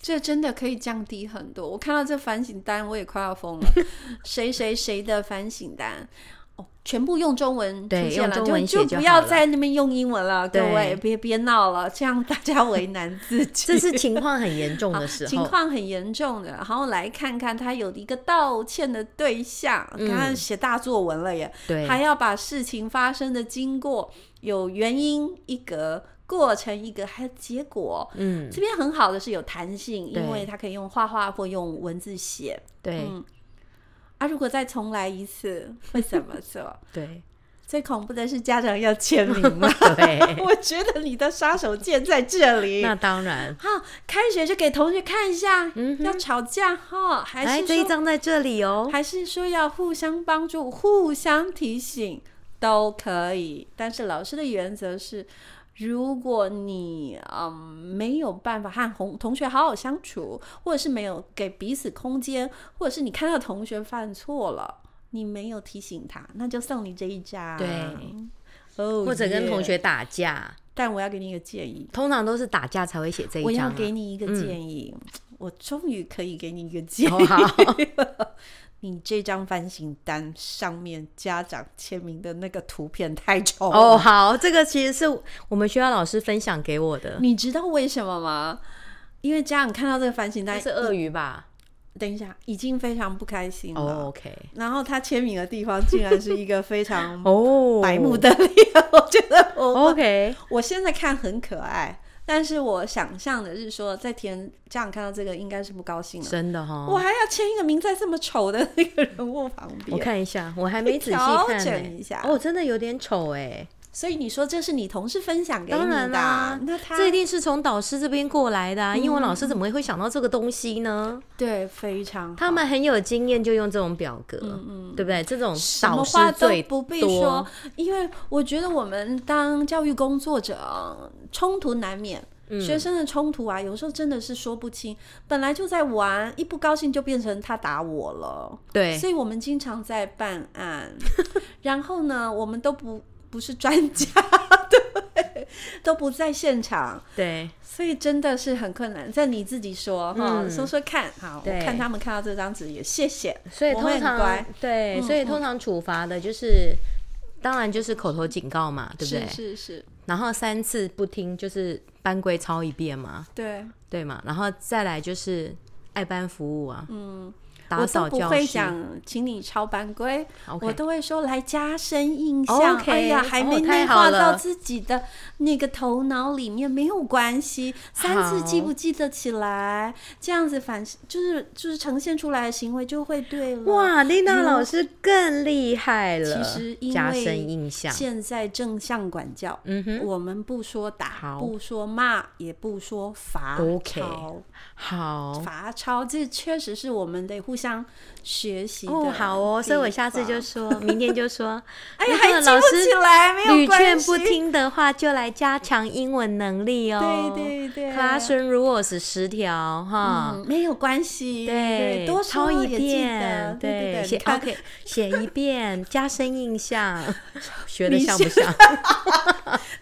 A: 这真的可以降低很多。我看到这反省单，我也快要疯了。 谁谁谁的反省单，哦，全部用中文出
B: 对
A: 现了，
B: 用中文
A: 就
B: 写就
A: 不要
B: 好了
A: 在那边用英文了，各
B: 对
A: 位别别闹了，这样大家为难自己。
B: 这是情况很严重
A: 好
B: 的时
A: 情
B: 候，
A: 况很严重的，然后来看看他有一个道歉的对象，刚刚写大作文了耶，
B: 嗯对
A: 还要把事情发生的经过有原因一格。过程一格，还有结果。
B: 嗯，
A: 这边很好的是有弹性，
B: 对
A: 因为它可以用画画或用文字写。
B: 对、
A: 嗯啊，如果再重来一次，会怎么做？
B: 对
A: 最恐怖的是家长要签 名了。
B: 对，
A: 我觉得你的杀手锏在这里。
B: 那当然。
A: 好，开学就给同学看一下，
B: 嗯哼
A: 要吵架哈、还
B: 来，
A: 是
B: 这一
A: 说
B: 张在这里哦。
A: 还是说要互相帮助、互相提醒都可以。但是老师的原则是，如果你嗯没有办法和同同学好好相处，或者是没有给彼此空间，或者是你看到同学犯错了，你没有提醒他，那就送你这一张。
B: 对。
A: 哦，
B: 或者跟同
A: 耶，
B: 学打架，
A: 但我要给你一个建议，
B: 通常都是打架才会写这
A: 我
B: 一
A: 要
B: 张、啊。
A: 给你一个建议，我终于可以给你一个建议。
B: 哦 好
A: 你这张反省单上面家长签名的那个图片太丑了。
B: 哦，好，这个其实是我们学校老师分享给我的，
A: 你知道为什么吗？因为家长看到这个反省单
B: 是，鳄鱼吧、
A: 等一下已经非常不开心了。
B: 哦、？OK，
A: 然后他签名的地方竟然是一个非常
B: 哦，
A: 嗯白目的脸，我觉得我、
B: ，OK，
A: 我现在看很可爱，但是我想象的是说，在填家长看到这个应该是不高兴了。
B: 真的哈、
A: 我还要签一个名在这么丑的那个人物旁边，
B: 我看一下，我还没仔细
A: 调
B: 看、
A: 整
B: 欸。
A: 一下
B: 哦，真的有点丑哎、
A: 所以你说这是你同事分享给你
B: 当然
A: 的啊，
B: 啦
A: 那他嗯
B: 这一定是从导师这边过来的、啊，英文老师怎么会想到这个东西呢？
A: 对非常好
B: 他们很有经验，就用这种表格，对不对？这种
A: 嗯什
B: 导
A: 么
B: 师
A: 话都
B: 最
A: 不必
B: 多
A: 说，因为我觉得我们当教育工作者，冲突难免。学生的冲突啊，有时候真的是说不清。本来就在玩，一不高兴就变成他打我了。
B: 对
A: 所以我们经常在办 案，然后呢，我们都不不是专家，对，都不在现场，
B: 对，
A: 所以真的是很困难。这你自己说哈，
B: 嗯
A: 说说看，好，我
B: 对
A: 看他们看到这张纸也谢谢，
B: 所以
A: 我会
B: 通
A: 很
B: 常
A: 乖
B: 对，
A: 嗯
B: 所以通常处罚的就是，当然就是口头警告嘛，对不对
A: 是？是是，
B: 然后三次不听就是班规抄一遍嘛，
A: 对，
B: 对嘛？然后再来就是爱班服务啊，嗯，打
A: 我都
B: 扫
A: 不
B: 教
A: 会
B: 室
A: 讲，请你抄班规，
B: ，OK，
A: 我都会说来加深印象。
B: OK，
A: 哎呀，
B: 哦
A: 还没
B: 太
A: 内
B: 好
A: 化到
B: 了
A: 自己的那个头脑里面，没有关系。三次
B: 好
A: 记不记得起来，这样子反就是就是呈现出来的行为就会对了。
B: 哇，丽娜
A: 如
B: 老师更厉害了，
A: 其实因
B: 加
A: 为
B: 深印象，
A: 现在正向管教，
B: 嗯哼，
A: 我们不说打，
B: 好
A: 不说骂，也不说罚
B: OK
A: 抄
B: 好
A: 罚抄，这确实是我们得互相学习的
B: 哦，好哦，所以我下次
A: 地
B: 就
A: 方
B: 说，明天就说，
A: 哎
B: 丽
A: 呀，
B: 娜
A: 还记
B: 老
A: 不起
B: 师
A: 来，没有
B: 屡
A: 关
B: 劝
A: 系。
B: 不听的话，就来加强英文能力哦。
A: 对对对
B: ，Classroom Rules 十条哈。
A: 嗯，没有关系，
B: 啊对，
A: 多
B: 抄
A: 说
B: 一
A: 也记得，
B: 遍，
A: 对对，
B: 写哦
A: 你看
B: OK，写 一遍，加深印象，学的
A: 你
B: 像不像？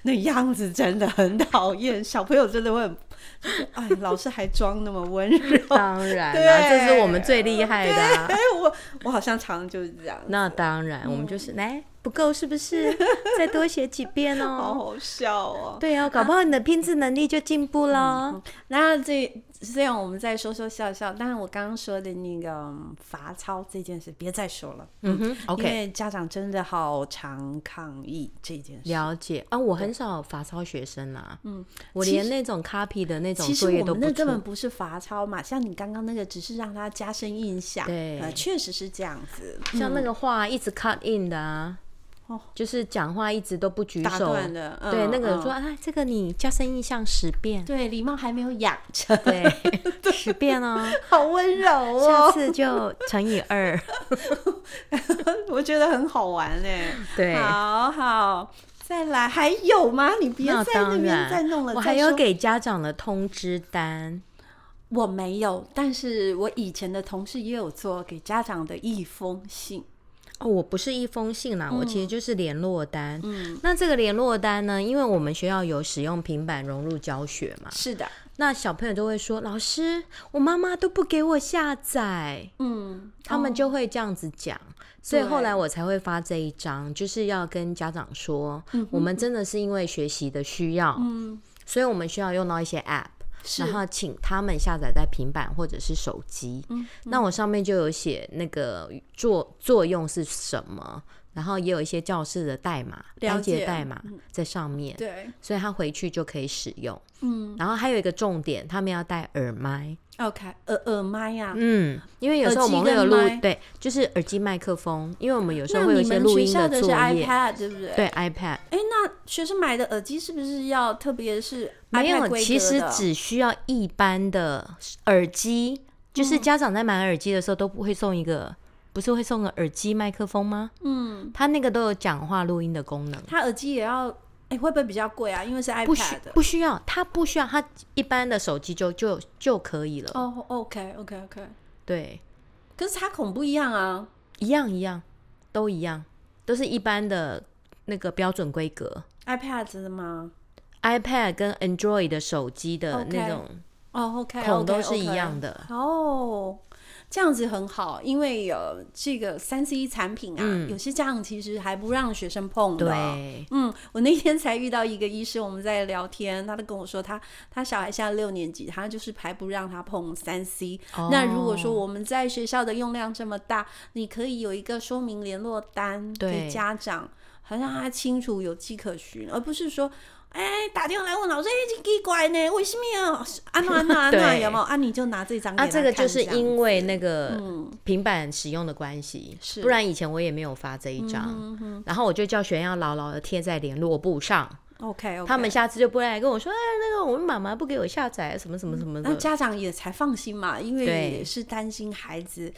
A: 那样子真的很讨厌，小朋友真的会很，就是哎，老师还装那么温 柔，
B: 当然啦，这是
A: 对
B: 我们最厉害的啊。
A: 哎，我我好像常常就是这样，
B: 那当然，我们就是来不够是不 是？再多写几遍
A: 好
B: 哦。
A: 好笑哦。
B: 对哦，搞不好你的拼字能力就进步哦喽。
A: 那这虽然我们在说说笑笑，但是我刚刚说的那个嗯罚抄这件事，别再说了。
B: 嗯哼
A: 因
B: ，OK，
A: 为家长真的好常抗议这件事。
B: 了解啊。我很少罚抄学生啦，嗯，我连那种 copy 的那种
A: 其实
B: 作业
A: 我
B: 都
A: 们
B: 不
A: 那根本
B: 出。
A: 不是罚抄嘛，像你刚刚那个只是让他加深印象，
B: 对
A: 呃，确实是这样子，
B: 像那个话一直 cut in 的啊
A: 哦，
B: 就是讲话一直都不举
A: 打
B: 手，
A: 断的，嗯
B: 对，那个人说
A: 嗯
B: 啊，这个你加深印象十 遍，
A: 对，礼貌还没有养成，
B: 对，十遍 哦，
A: 好温柔
B: 下
A: 哦，
B: 次就乘以二，
A: 我觉得很好玩哎，
B: 对。
A: 好好，再来还有吗？你别
B: 那
A: 在那
B: 当
A: 边
B: 然，
A: 再弄了，
B: 我
A: 再
B: 还有
A: 说
B: 给家长的通知单，
A: 我没有，但是我以前的同事也有做给家长的一封信，
B: 哦，我不是一封信啦，我其
A: 嗯
B: 实就是联络单。嗯，那这个联络单呢，因为我们学校有使用平板融入教学嘛，
A: 是的，
B: 那小朋友都会说，老师，我妈妈都不给我下载，
A: 嗯，
B: 他们就会这样子讲。所以
A: 对
B: 后来我才会发这一张，就是要跟家长说，我们真的是因为学习的需要，
A: 嗯，
B: 所以我们需要用到一些 app。
A: 是
B: 然后请他们下载在平板或者是手机。
A: 嗯
B: 那我上面就有写那个作作用是什么，然后也有一些教室的代码、
A: 了
B: 单节
A: 解嗯
B: 代码在上面，
A: 对，
B: 所以他回去就可以使用。
A: 嗯
B: 然后还有一个重点，他们要戴耳麦。
A: ，OK，耳耳麦呀、
B: 嗯，因为有时候我们
A: 耳
B: 会
A: 机
B: 有
A: 跟
B: 录
A: 麦，
B: 对，就是耳机麦克风，因为我们有时
A: 那
B: 候会有一
A: 你
B: 些
A: 们
B: 录
A: 学
B: 音
A: 校的
B: 作
A: 是
B: 业。
A: iPad 对不对？。
B: 对 iPad
A: 哎，那学生买的耳机是不是要特别是
B: 没
A: iPad
B: 有，
A: 规
B: 其
A: 格
B: 实
A: 的
B: 只需要一般的耳机，
A: 嗯
B: 就是家长在买耳机的时候都不会送一个，不是会送个耳机麦克风吗？
A: 嗯，
B: 它那个都有讲话录音的功能，
A: 它耳机也要哎，会不会比较贵啊？因为是
B: 不需
A: iPad 的。
B: 不需要，它不需要，它一般的手机就就就可以了。
A: 哦，OK，OK，OK、o k OK OK，
B: 对，
A: 可是插孔不一样啊。
B: 一样一样，都一样，都是一般的那个标准规格。
A: iPad 的吗？
B: iPad 跟 Android 的手机的
A: OK
B: 那种
A: 哦，OK，
B: 孔都是一样。的。
A: 哦，这样子很好，因为呃，这个三 C 产品啊，
B: 嗯
A: 有些家长其实还不让学生碰的。
B: 对，
A: 嗯，我那天才遇到一个医师，我们在聊天，他就跟我说他，他小孩现在六年级，他就是还不让他碰三 C、
B: 哦
A: 那如果说我们在学校的用量这么大，你可以有一个说明联络单
B: 对
A: 给家长，好让他清楚有迹可循，而不是说。哎、打电话来问老师，哎、这奇怪呢，为什么啊？安娜安娜安娜，
B: 对
A: 有没有？啊，你就拿这张给
B: 啊，
A: 他
B: 这个
A: 看
B: 就是
A: 样
B: 因为那个
A: 嗯
B: 平板使用的关系，
A: 是嗯
B: 不然以前我也没有发这一张，然后我就叫学员要牢牢的贴在联络簿上，
A: OK，, o k
B: 他们下次就不会来跟我说，哎，那个我们妈妈不给我下载什么什么什么
A: 嗯那
B: 的，
A: 家长也才放心嘛，因为
B: 对
A: 也是担心孩子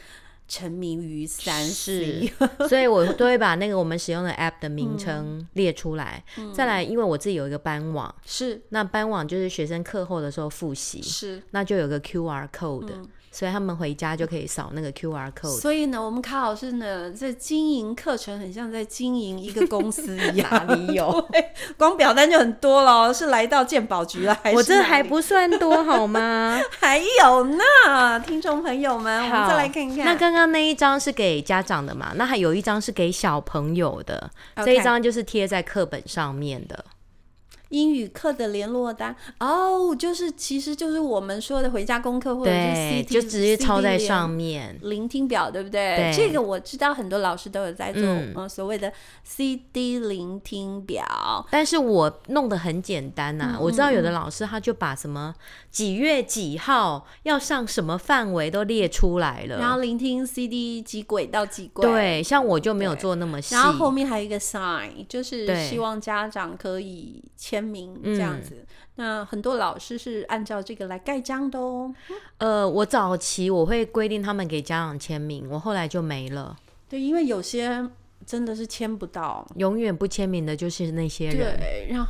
A: 沉迷于三
B: 是
A: C。，
B: 所以我都会把那个我们使用的 app 的名称
A: 嗯
B: 列出来，再来，因为我自己有一个班网，
A: 是
B: 那班网就是学生课后的时候复习，
A: 是嗯
B: 那就有个 QR code，、所以他们回家就可以扫那个 QR code。
A: 所以呢，我们卡老师呢，这经营课程很像在经营一个公司一样，
B: 哪 里有
A: 对光表单就很多了，是来到鉴宝局了，还是
B: 我这
A: 哪
B: 还
A: 里
B: 不算多好吗？
A: 还有呢，听众朋友们，我们
B: 好
A: 再来看看
B: 那刚刚那一张是给家长的嘛？那还有一张是给小朋友的
A: OK
B: 这一张就是贴在课本上面的。
A: 英语课的联络单哦，就是其实就是我们说的回家功课或者是 CD,
B: 对，就直接抄在
A: CD
B: 上面。
A: 聆听表，对不对？
B: 对
A: 这个我知道很多老师都有在做，
B: 嗯
A: 嗯、所谓的 CD 聆听表。
B: 但是我弄得很简单呐、
A: 嗯
B: 我知道有的老师他就把什么几月几号要上什么范围都列出来
A: 然后
B: 了。
A: 聆听 CD 几轨到几轨，，
B: 对，像我就没有做那么细
A: 然。后后面还有一个 sign，就是
B: 对嗯
A: 希望家长可以签名这样子。那很多老师是按照这个来盖章的哦。
B: 呃，我早期我会规定他们给家长签名，我后来就没了。
A: 对，因为有些真的是签不到。
B: 永远不签名的就是那些人，
A: 对，然后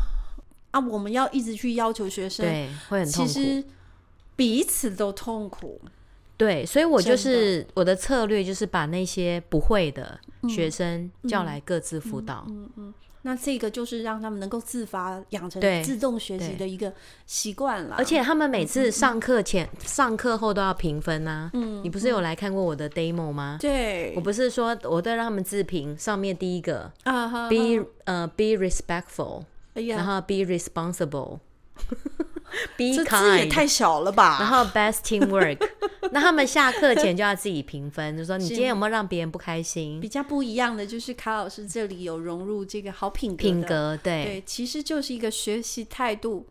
A: 啊，我们要一直去要求学生，
B: 对，会很
A: 其
B: 痛苦。
A: 实彼此都痛苦。
B: 对，所以我就
A: 真的
B: 是我的策略就是把那些不会的
A: 嗯
B: 学生叫来各自辅导。
A: 那这个就是让他们能够自发养成
B: 对
A: 自动学习
B: 对
A: 的一个习惯了。
B: 而且他们每
A: 嗯
B: 次上课前、上课后都要评分啊。你不是
A: 嗯
B: 有来看过我的 demo 吗？
A: 对
B: 我，不是说我都让他们自评，上面第一个
A: 啊哈
B: be 呃 be respectful，、
A: 哎
B: 然
A: 呀，
B: 后 be responsible，be
A: 这字也
B: kind。
A: 太小了吧？
B: 然后 best teamwork，那 他们下课前就要自己评分，就说你今天有没有让别人不开心？
A: 比较不一样的就是卡老师这里有融入这个好品格的
B: 品格对
A: 对，其实就是一个学习态度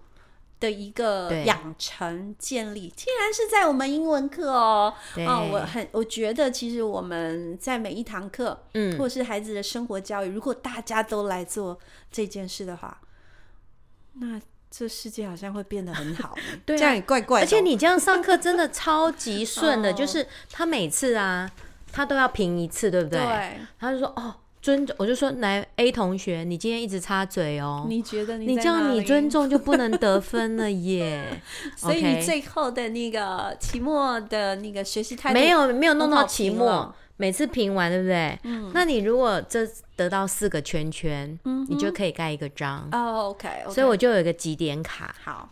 A: 的一个
B: 对
A: 养成建立，竟然是在我们英文课哦。
B: 对
A: 哦，我很我觉得其实我们在每一堂课，
B: 嗯
A: 或是孩子的生活教育，如果大家都来做这件事的话，那这世界好像会变得很 好呢。
B: 对啊
A: 这样也怪怪的哦。
B: 而且你这样上课真的超级 顺的，
A: 哦
B: 就是他每次啊，他都要评一次，对不对？
A: 对，
B: 他就说哦，尊重，我就说来 A 同学，你今天一直插嘴哦，
A: 你觉得你
B: 你
A: 在
B: 这样
A: 哪
B: 你
A: 里
B: 尊重就不能得分了耶。
A: 所以你
B: OK
A: 最后的那个期末的那个学习 态度
B: 没有没有弄到期
A: 很好评
B: 末
A: 了，嗯
B: 每次评完对不对？那你如果这得到四个圈圈，你就可以盖一个章。
A: 哦，OK，, o k
B: 所以我就有一个几点卡，
A: 好。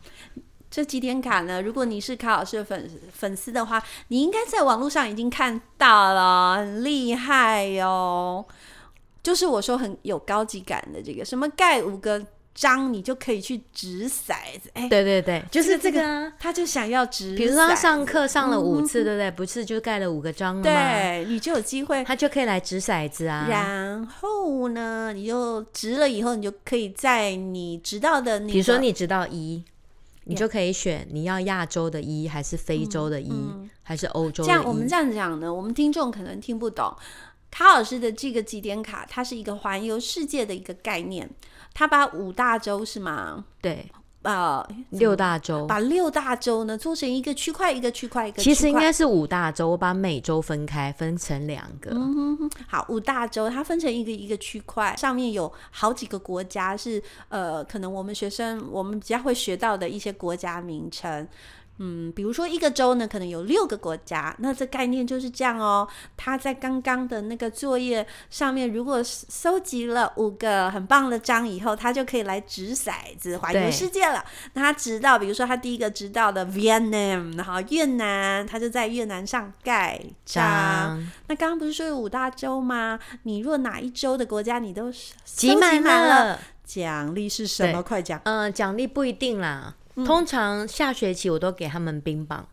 A: 这几点卡呢？如果你是卡老师的粉丝粉丝的话，你应该在网络上已经看到了，很厉害哟、就是我说很有高级感的这个，什么盖五个章，你就可以去掷骰子。哎，
B: 对对对，就是这个啊。
A: 他就想要掷，
B: 比如说他上课上了五次，对不对？不是就盖了五个章了吗？
A: 对你就有机会。
B: 他就可以来掷骰子啊。
A: 然后呢，你就掷了以后，你就可以在你掷到的那个，
B: 比如说你直到一，你就可以选你要亚洲的一，还是非洲的一，还是欧洲
A: 嗯
B: 的
A: 这样，我们
B: 一。
A: 这样讲呢，我们听众可能听不懂。卡老师的这个几点卡，它是一个环游世界的一个概念，他把五大洲是吗？
B: 对，
A: 呃，
B: 六大洲，
A: 把六大洲呢做成一个区块，一个区块，一个区
B: 其
A: 块。
B: 实应该是五大洲，我把美洲分开，分成两个。
A: 嗯好，五大洲它分成一个一个区块，上面有好几个国家是呃，可能我们学生我们比较会学到的一些国家名称。嗯，比如说一个州呢，可能有六个国家，那这概念就是这样哦。他在刚刚的那个作业上面，如果搜搜集了五个很棒的章以后，他就可以来掷骰子环游
B: 对
A: 世界了。那他直到，比如说他第一个直到的 Vietnam，然后越南，他就在越南上盖章。
B: 章
A: 那刚刚不是说有五大洲吗？你若哪一洲的国家你都是
B: 集
A: 收
B: 满
A: 满了，
B: 了。
A: 奖励是什么？
B: 对
A: 快讲！
B: 嗯，奖励不一定啦。
A: 嗯
B: 通常下学期我都给他们冰棒，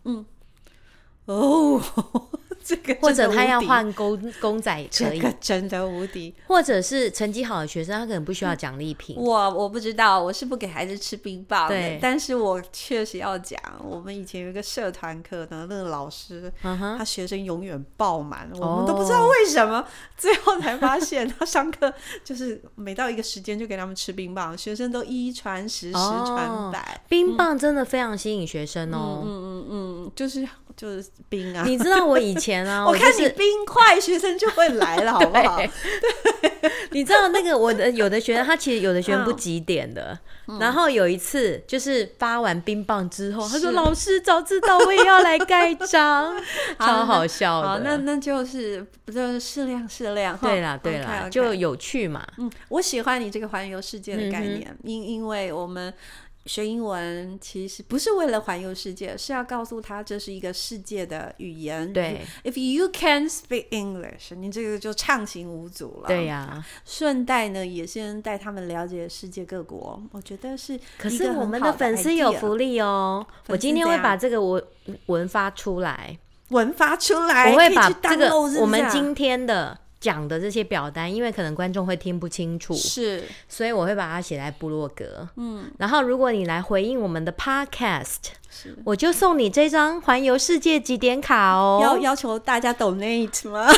A: 哦， 这个
B: 或
A: 真
B: 者
A: 的
B: 他要
A: 无敌，
B: 换公公仔也可
A: 这
B: 以，
A: 个真的无敌。
B: 或者是成绩好的学生，他可能不需要奖励品。
A: 我我不知道，我是不给孩子吃冰棒的
B: 嗯对，
A: 但是我确实要讲，我们以前有一个社团课呢，那个老师
B: 嗯哼，
A: 他学生永远爆满，我
B: 哦
A: 们都不知道为什么，最后才发现他上课就是每到一个时间就给他们吃冰棒，学生都一传十，十
B: 哦
A: 传百。
B: 冰棒真的非常吸引学生哦。
A: 嗯嗯，嗯，就是就是冰啊。
B: 你知道我以前啊，
A: 我
B: 我就
A: 看你
B: 是
A: 冰块，学生就会来了，好不好？对，
B: 你知道那个我的有的学生，他其实有的
A: 嗯
B: 学生不几点的。然后有一次就是发完冰棒之后，他说：“
A: 是
B: 老师早知道我也要来盖章，超好笑 的。
A: 好，那那就是不就是适量适量哈。
B: 对啦对啦
A: OK，OK
B: 就有趣嘛。
A: 嗯，我喜欢你这个环游世界的概
B: 嗯哼
A: 念，因因为我们学英文其实不是为了环游世界，是要告诉他这是一个世界的语言。
B: 对
A: ，If you can speak English，你这个就畅行无阻了。
B: 对呀、
A: 顺带呢也先带他们了解世界各国，我觉得是一个
B: 可
A: 很好 idea。
B: 是我们的粉丝有福利哦，
A: 粉丝
B: 我今天会
A: 怎样
B: 把这个文文发出来，
A: 文发出来，
B: 我会
A: 哎可以
B: 把
A: 去
B: 这个
A: download，是不是啊
B: 我们今天的讲的这些表单，因为可能观众会听不清楚，
A: 是
B: 所以我会把它写在部落格。嗯，然后如果你来回应我们的 Podcast，
A: 是。
B: 我就送你这张环游世界几点卡
A: 要
B: 哦。
A: 要求大家 donate 吗？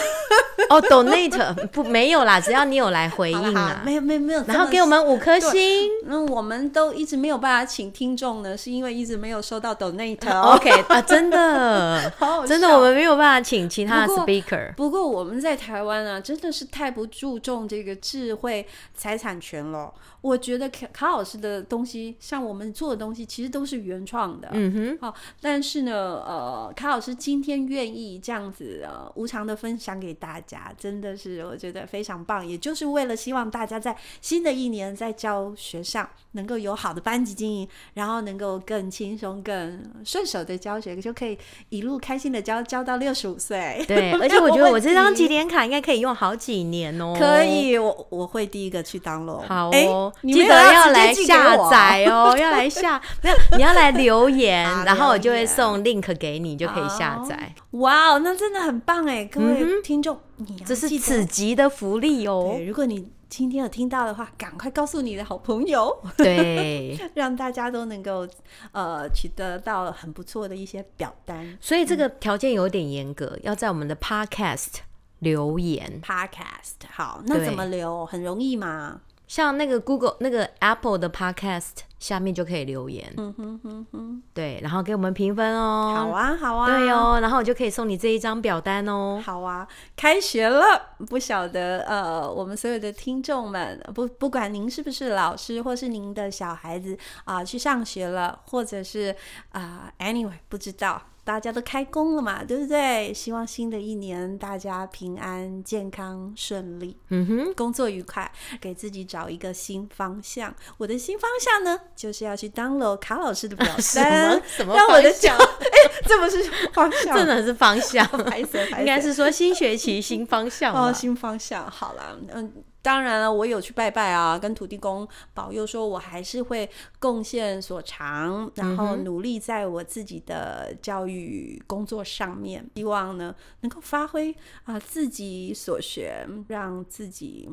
B: 哦，donate 不没有啦，只要你有来回
A: 好了
B: 应
A: 好
B: 啦
A: 了，，没有没有没有这么，
B: 然后给我们五颗
A: 对
B: 星。
A: 那我们都一直没有办法请听众呢，是因为一直没有收到 donate 哦。
B: OK 啊，真的
A: ，好好笑
B: 真的，我们没有办法请其他的
A: 不过
B: speaker。
A: 不过我们在台湾啊，真的是太不注重这个智慧财产权了。我觉得卡卡老师的东西，像我们做的东西，其实都是原创的。
B: 嗯哼，
A: 好、但是呢，呃，卡老师今天愿意这样子呃无偿的分享给大家，真的是我觉得非常棒，也就是为了希望大家在新的一年在教学上能够有好的班级经营，然后能够更轻松、更顺手的教学，就可以一路开心的教教到六十五岁。
B: 对，而且我觉得我这张几点卡应该可以用好几年哦。
A: 可。以，我我会第一个去当喽。
B: 好
A: 哎
B: 哦，
A: 你
B: 记
A: 没
B: 得
A: 有要
B: 要
A: 直接
B: 来
A: 寄给
B: 下
A: 我啊
B: 载哦，要来下，没有，你要来 留言
A: 啊，
B: 然后我
A: 留
B: 就会
A: 言
B: 送 link 给你，你就可以下
A: 好
B: 载，
A: 哇哦，那真的很棒哎，各
B: 嗯
A: 位听众，你要
B: 这是
A: 记得
B: 此级的福利哦
A: 对，。如果你今天有听到的话，赶快告诉你的好朋友，
B: 对，
A: 让大家都能够呃取得到很不错的一些表单。
B: 所以这
A: 嗯
B: 个条件有点严格，要在我们的 podcast 留言，
A: Podcast 好，那
B: 对
A: 怎么留？很容易嘛。
B: 像那个 Google、那个 Apple 的 podcast 下面就可以留言。嗯哼哼哼，对，然后给我们评分哦。
A: 好啊，好啊，
B: 对哦，然后我就可以送你这一张表单哦。
A: 好啊，开学了，不晓得呃，我们所有的听众们，不不管您是不是老师，或是您的小孩子啊、去上学了，或者是啊、a n y w a y 不知道。大家都开工了嘛，对不对？希望新的一年大家平安、健康、顺利，
B: 嗯哼，
A: 工作愉快，给自己找一个新方向。我的新方向呢，就是要去 download 卡老师的 表单，
B: 什
A: 让我的
B: 方向
A: 脚，哎，这不是方向，
B: 真的是方向，
A: 拍死， 拍死
B: 应该是说新 学期新方向吧
A: 哦，新方向，好了，嗯，当然了，我有去拜拜啊，跟土地公保佑说，我还是会贡献所长，然后努力在我自己的教育工作上面，希望呢能够发挥啊、自己所学，让自己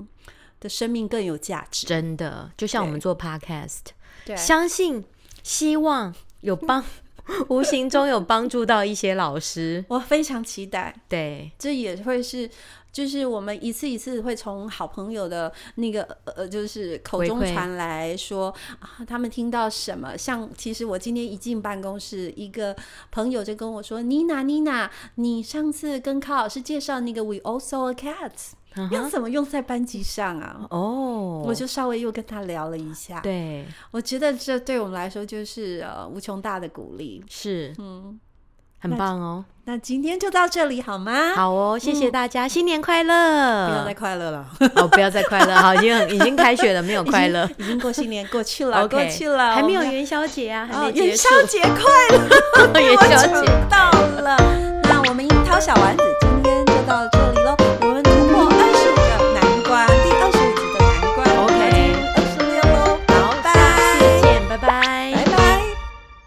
A: 的生命更有价值。
B: 真的，就像我们
A: 对
B: 做 podcast，
A: 对
B: 相信希望有帮， 无形中有帮助到一些老师。
A: 我非常期待，
B: 对，
A: 这也会是，就是我们一次一次会从好朋友的那个呃，就是口中
B: 回馈
A: 传来说啊，他们听到什么？像其实我今天一进办公室，一个朋友就跟我说：“妮娜，妮娜，你上次跟康老师介绍那个 We Also a Cat，、
B: 嗯哼
A: 要怎么用在班级上啊？”
B: 哦，
A: 我就稍微又跟他聊了一下，
B: 对，
A: 我觉得这对我们来说就是呃无穷大的鼓励。
B: 是，
A: 嗯，
B: 很棒哦。
A: 那今天就到这里好吗？，
B: 好哦，谢谢大家，新年快
A: 嗯不要再
B: 乐！
A: 快乐了。
B: 哦，不要再快乐，好，已 经已经开学了，没有快乐，
A: 已经过新年过去了，
B: OK，
A: 过去了，
B: 还没有
A: 我们
B: 元宵节啊，
A: 哦
B: 还没结
A: 元
B: 束
A: 宵，节快乐，
B: 元
A: 我
B: 宵节
A: 准。到了。那我们樱桃小丸子今天就到这